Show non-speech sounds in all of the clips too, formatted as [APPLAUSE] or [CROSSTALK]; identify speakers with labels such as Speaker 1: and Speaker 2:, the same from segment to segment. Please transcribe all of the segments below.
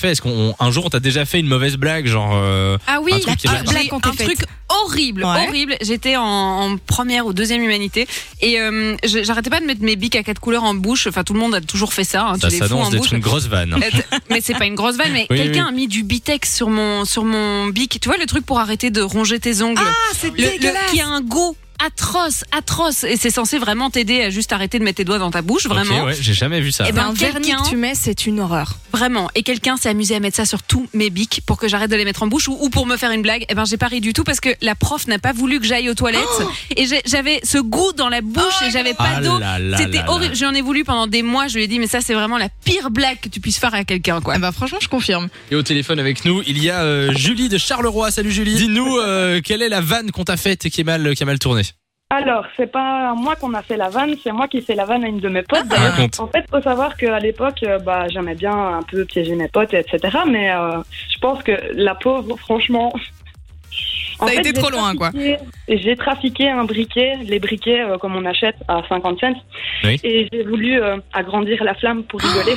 Speaker 1: fait Est-ce qu'on un jour on t'a déjà fait une mauvaise blague genre euh,
Speaker 2: Ah oui,
Speaker 1: un truc qui est
Speaker 2: la
Speaker 1: mal-
Speaker 2: blague
Speaker 3: J'ai
Speaker 2: qu'on t'ait
Speaker 3: un
Speaker 2: faite.
Speaker 3: truc horrible,
Speaker 2: Ouais.
Speaker 3: horrible. J'étais en, en première ou deuxième humanité et euh, je- j'arrêtais pas de mettre mes bics à quatre couleurs en bouche. Enfin, tout le monde a toujours fait ça. hein, tu
Speaker 1: ça
Speaker 3: les fous en
Speaker 1: s'annonce d'être
Speaker 3: bouche.
Speaker 1: une grosse vanne.
Speaker 3: Euh, t- mais c'est pas une grosse vanne, mais
Speaker 1: Oui,
Speaker 3: quelqu'un
Speaker 1: oui.
Speaker 3: a mis du bitex sur mon sur mon bic. Tu vois le truc pour arrêter de ronger tes ongles,
Speaker 2: Ah, c'est
Speaker 3: Le- le-
Speaker 2: dégueulasse.
Speaker 3: qui a un goût atroce, atroce, et c'est censé vraiment t'aider à juste arrêter de mettre tes doigts dans ta bouche, vraiment.
Speaker 1: Ok, ouais, j'ai jamais vu ça.
Speaker 3: Eh
Speaker 2: Eh ben, un
Speaker 3: quelqu'un-
Speaker 2: vernis que tu mets, c'est une horreur.
Speaker 3: Vraiment. Et quelqu'un s'est amusé à mettre ça sur tous mes bics pour que j'arrête de les mettre en bouche ou, ou pour me faire une blague. Eh ben, j'ai pas ri du tout parce que la prof n'a pas voulu que j'aille aux toilettes et j'ai- j'avais ce goût dans la bouche et j'avais pas
Speaker 1: Ah
Speaker 3: d'eau.
Speaker 1: là là là
Speaker 3: C'était
Speaker 1: là.
Speaker 3: horrible. J'en ai voulu pendant des mois. Je lui ai dit, mais ça, c'est vraiment la pire blague que tu puisses faire à quelqu'un, quoi.
Speaker 4: Ah bah franchement, je confirme.
Speaker 1: Et au téléphone avec nous, il y a euh, Julie de Charleroi. Salut Julie. Dis-nous euh, quelle est la vanne qu'on t'a faite et qui est mal qui a mal tournée.
Speaker 5: Alors, c'est pas à moi qu'on a fait la vanne, c'est moi qui fais la vanne à une de mes potes.
Speaker 4: Ah.
Speaker 5: d'ailleurs.
Speaker 1: Raconte.
Speaker 5: En fait, faut savoir qu'à l'époque, euh, bah, j'aimais bien un peu piéger mes potes, etc. Mais euh, je pense que la pauvre, franchement. en
Speaker 4: Ça a été
Speaker 5: j'ai
Speaker 4: trop loin, quoi.
Speaker 5: trafiqué- J'ai trafiqué un briquet, les briquets euh, comme on achète à 50 cents.
Speaker 1: Oui.
Speaker 5: Et j'ai voulu euh, agrandir la flamme pour
Speaker 4: Ah.
Speaker 5: rigoler.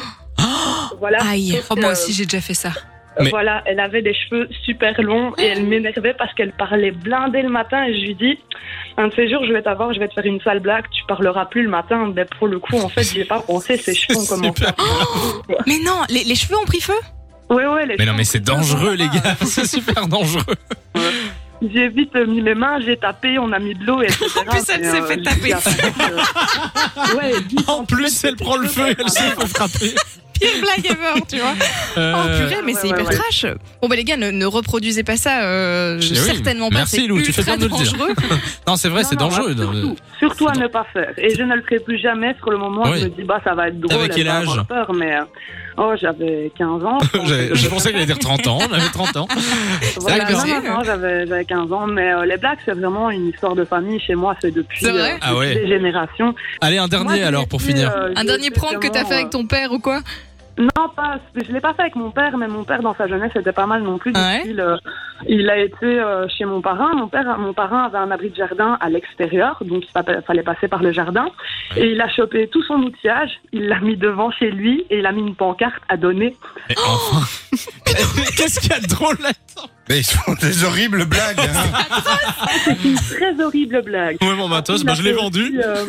Speaker 5: voilà.
Speaker 2: Aïe.
Speaker 5: Sauf
Speaker 3: Oh,
Speaker 5: que,
Speaker 3: moi aussi, j'ai déjà fait ça.
Speaker 5: euh,
Speaker 1: Mais-
Speaker 5: Voilà, elle avait des cheveux super longs et elle m'énervait parce qu'elle parlait blindée le matin et je lui dis un de ces jours je vais t'avoir, je vais te faire une sale blague, tu parleras plus le matin. Mais pour le coup, en fait, j'ai pas
Speaker 1: [LAUGHS]
Speaker 5: pensé, ses cheveux ont commencé. à-
Speaker 4: Mais non, les, les cheveux ont pris feu
Speaker 5: Ouais, ouais, les
Speaker 1: Mais non
Speaker 5: cheveux
Speaker 1: mais
Speaker 5: ont
Speaker 1: c'est
Speaker 5: commencé à-
Speaker 1: dangereux les gars, c'est super dangereux.
Speaker 5: J'ai vite euh, mis mes mains, j'ai tapé, on a mis de
Speaker 1: [LAUGHS]
Speaker 5: l'eau, etc.
Speaker 4: En plus, elle
Speaker 5: Mais,
Speaker 4: s'est
Speaker 5: euh,
Speaker 4: fait
Speaker 5: je
Speaker 4: taper.
Speaker 1: [LAUGHS]
Speaker 5: dis, attends, euh, ouais, vite,
Speaker 1: En plus elle prend le feu, et elle se fait frapper. [LAUGHS]
Speaker 4: Pire blague ever, tu vois. Oh
Speaker 1: Euh,
Speaker 4: purée, mais
Speaker 5: ouais,
Speaker 4: c'est
Speaker 5: ouais,
Speaker 4: hyper
Speaker 5: ouais.
Speaker 4: trash. Bon bah les gars, ne, ne reproduisez pas ça. euh,
Speaker 1: Oui,
Speaker 4: certainement pas.
Speaker 1: merci,
Speaker 4: c'est
Speaker 1: Lou, tu fais
Speaker 4: ultra
Speaker 1: bien de le dire.
Speaker 4: dangereux.
Speaker 1: non c'est vrai,
Speaker 5: Non,
Speaker 1: c'est
Speaker 5: non,
Speaker 1: dangereux.
Speaker 5: Surtout, surtout à
Speaker 1: c'est
Speaker 5: ne pas faire. Et je ne le ferai plus jamais. Sur le moment,
Speaker 1: Oui.
Speaker 5: je me dis, bah, ça va être drôle.
Speaker 1: T'avais quel
Speaker 5: elle va
Speaker 1: âge
Speaker 5: avoir peur, mais euh, oh, j'avais 15 ans.
Speaker 1: [LAUGHS] J'avais- Je pensais qu'elle allait dire 30 ans, on avait 30 ans.
Speaker 5: Voilà,
Speaker 1: D'accord.
Speaker 5: non, non, non, j'avais j'avais 15 ans, mais euh, les blagues, c'est vraiment une histoire de famille chez moi, c'est depuis
Speaker 4: C'est vrai
Speaker 5: euh,
Speaker 1: Ah ouais.
Speaker 5: des générations.
Speaker 1: Allez un
Speaker 5: Moi,
Speaker 1: dernier
Speaker 5: je
Speaker 1: alors
Speaker 5: l'ai
Speaker 1: pour
Speaker 5: fait,
Speaker 1: finir.
Speaker 5: euh,
Speaker 4: Un
Speaker 5: j'ai
Speaker 4: dernier
Speaker 5: fait
Speaker 4: prank que t'as
Speaker 5: vraiment,
Speaker 4: fait avec ton père ou quoi
Speaker 5: euh, Non, pas, je l'ai pas fait avec mon père, mais mon père dans sa jeunesse était pas mal non plus. du
Speaker 4: Ah Ouais.
Speaker 5: style, euh, il a été euh, chez mon parrain. Mon père, mon parrain avait un abri de jardin à l'extérieur, donc il fa- fallait passer par le jardin. Et il a chopé tout son outillage, il l'a mis devant chez lui et il a mis une pancarte à donner.
Speaker 1: Mais enfin. [GASPS] Mais Qu'est-ce qu'il y a de drôle là
Speaker 6: Mais ils font des horribles blagues. hein.
Speaker 5: Très horrible blague.
Speaker 1: [LAUGHS] Ouais mon matos, bah, je l'ai
Speaker 5: Il a
Speaker 1: vendu.
Speaker 5: aussi, euh,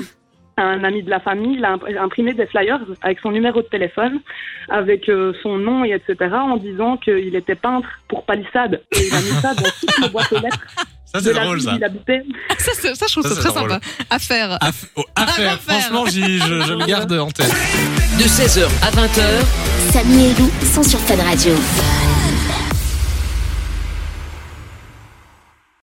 Speaker 5: à un ami de la famille, il a imp- imprimé des flyers avec son numéro de téléphone, avec euh, son nom et etc. en disant qu'il était peintre pour Palissade. Et il a mis ça dans toutes les boîtes aux lettres
Speaker 1: Ça
Speaker 5: de
Speaker 1: c'est
Speaker 5: la
Speaker 1: drôle
Speaker 5: ville où
Speaker 1: ça.
Speaker 5: il habitait.
Speaker 4: ça, c'est- ça, je trouve
Speaker 1: Ça,
Speaker 4: ça,
Speaker 1: c'est
Speaker 4: très
Speaker 1: drôle.
Speaker 4: sympa. À faire.
Speaker 1: À, f- oh, à
Speaker 4: À
Speaker 1: faire.
Speaker 4: refaire.
Speaker 1: Franchement, j'y- je, je le garde en tête.
Speaker 7: De 16h à 20h,
Speaker 8: Samy et Lou sont sur Fun Radio.